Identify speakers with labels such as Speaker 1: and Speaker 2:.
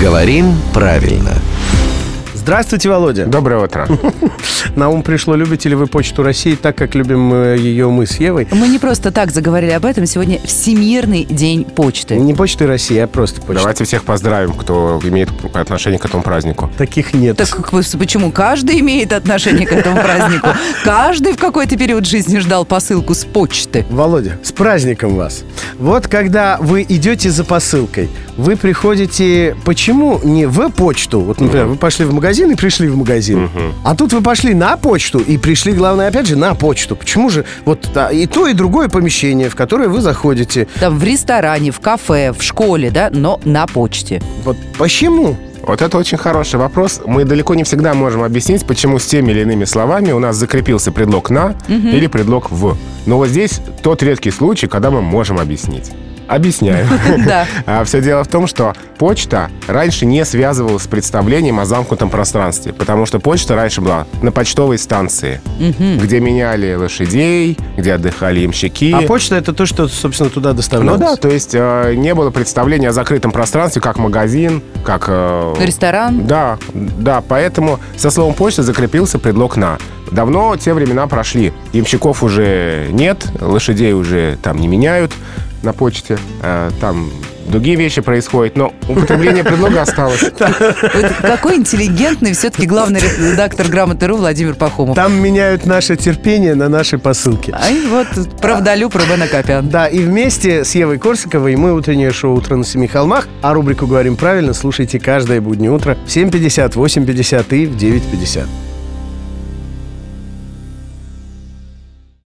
Speaker 1: Говорим правильно.
Speaker 2: Здравствуйте, Володя.
Speaker 3: Доброе утро.
Speaker 2: На ум пришло, любите ли вы почту России так, как любим э, ее мы с Евой?
Speaker 4: Мы не просто так заговорили об этом. Сегодня Всемирный день почты.
Speaker 2: Не почты России, а просто почта.
Speaker 3: Давайте всех поздравим, кто имеет отношение к этому празднику.
Speaker 2: Таких нет.
Speaker 4: Так как вы- почему каждый имеет отношение к этому празднику? Каждый в какой-то период жизни ждал посылку с почты.
Speaker 2: Володя, с праздником вас. Вот когда вы идете за посылкой, вы приходите... Почему не в почту? Вот, например, вы пошли в магазин и пришли в магазин. А тут вы пошли на почту и пришли, главное, опять же, на почту. Почему же вот а, и то, и другое помещение, в которое вы заходите?
Speaker 4: Там в ресторане, в кафе, в школе, да, но на почте.
Speaker 2: Вот почему?
Speaker 3: Вот это очень хороший вопрос. Мы далеко не всегда можем объяснить, почему с теми или иными словами у нас закрепился предлог «на» или предлог «в». Но вот здесь тот редкий случай, когда мы можем объяснить. Объясняю.
Speaker 4: Да.
Speaker 3: А все дело в том, что почта раньше не связывалась с представлением о замкнутом пространстве, потому что почта раньше была на почтовой станции, где меняли лошадей, где отдыхали имщики.
Speaker 2: А почта это то, что, собственно, туда
Speaker 3: Ну
Speaker 2: доставлялось.
Speaker 3: да, то есть э, не было представления о закрытом пространстве, как магазин, как... э,
Speaker 4: Ресторан.
Speaker 3: да, да, поэтому со словом почта закрепился предлог «на». Давно те времена прошли. Ямщиков уже нет, лошадей уже там не меняют на почте, э, там другие вещи происходят, но употребление предлога осталось.
Speaker 4: Вот какой интеллигентный все-таки главный редактор «Грамоты.ру» Владимир Пахомов.
Speaker 2: Там меняют наше терпение на наши посылки.
Speaker 4: А и вот правдолюб Рубена Копян.
Speaker 2: Да, и вместе с Евой Корсаковой мы утреннее шоу «Утро на семи холмах», а рубрику «Говорим правильно» слушайте каждое буднее утро в 7.50, 8.50 и в 9.50.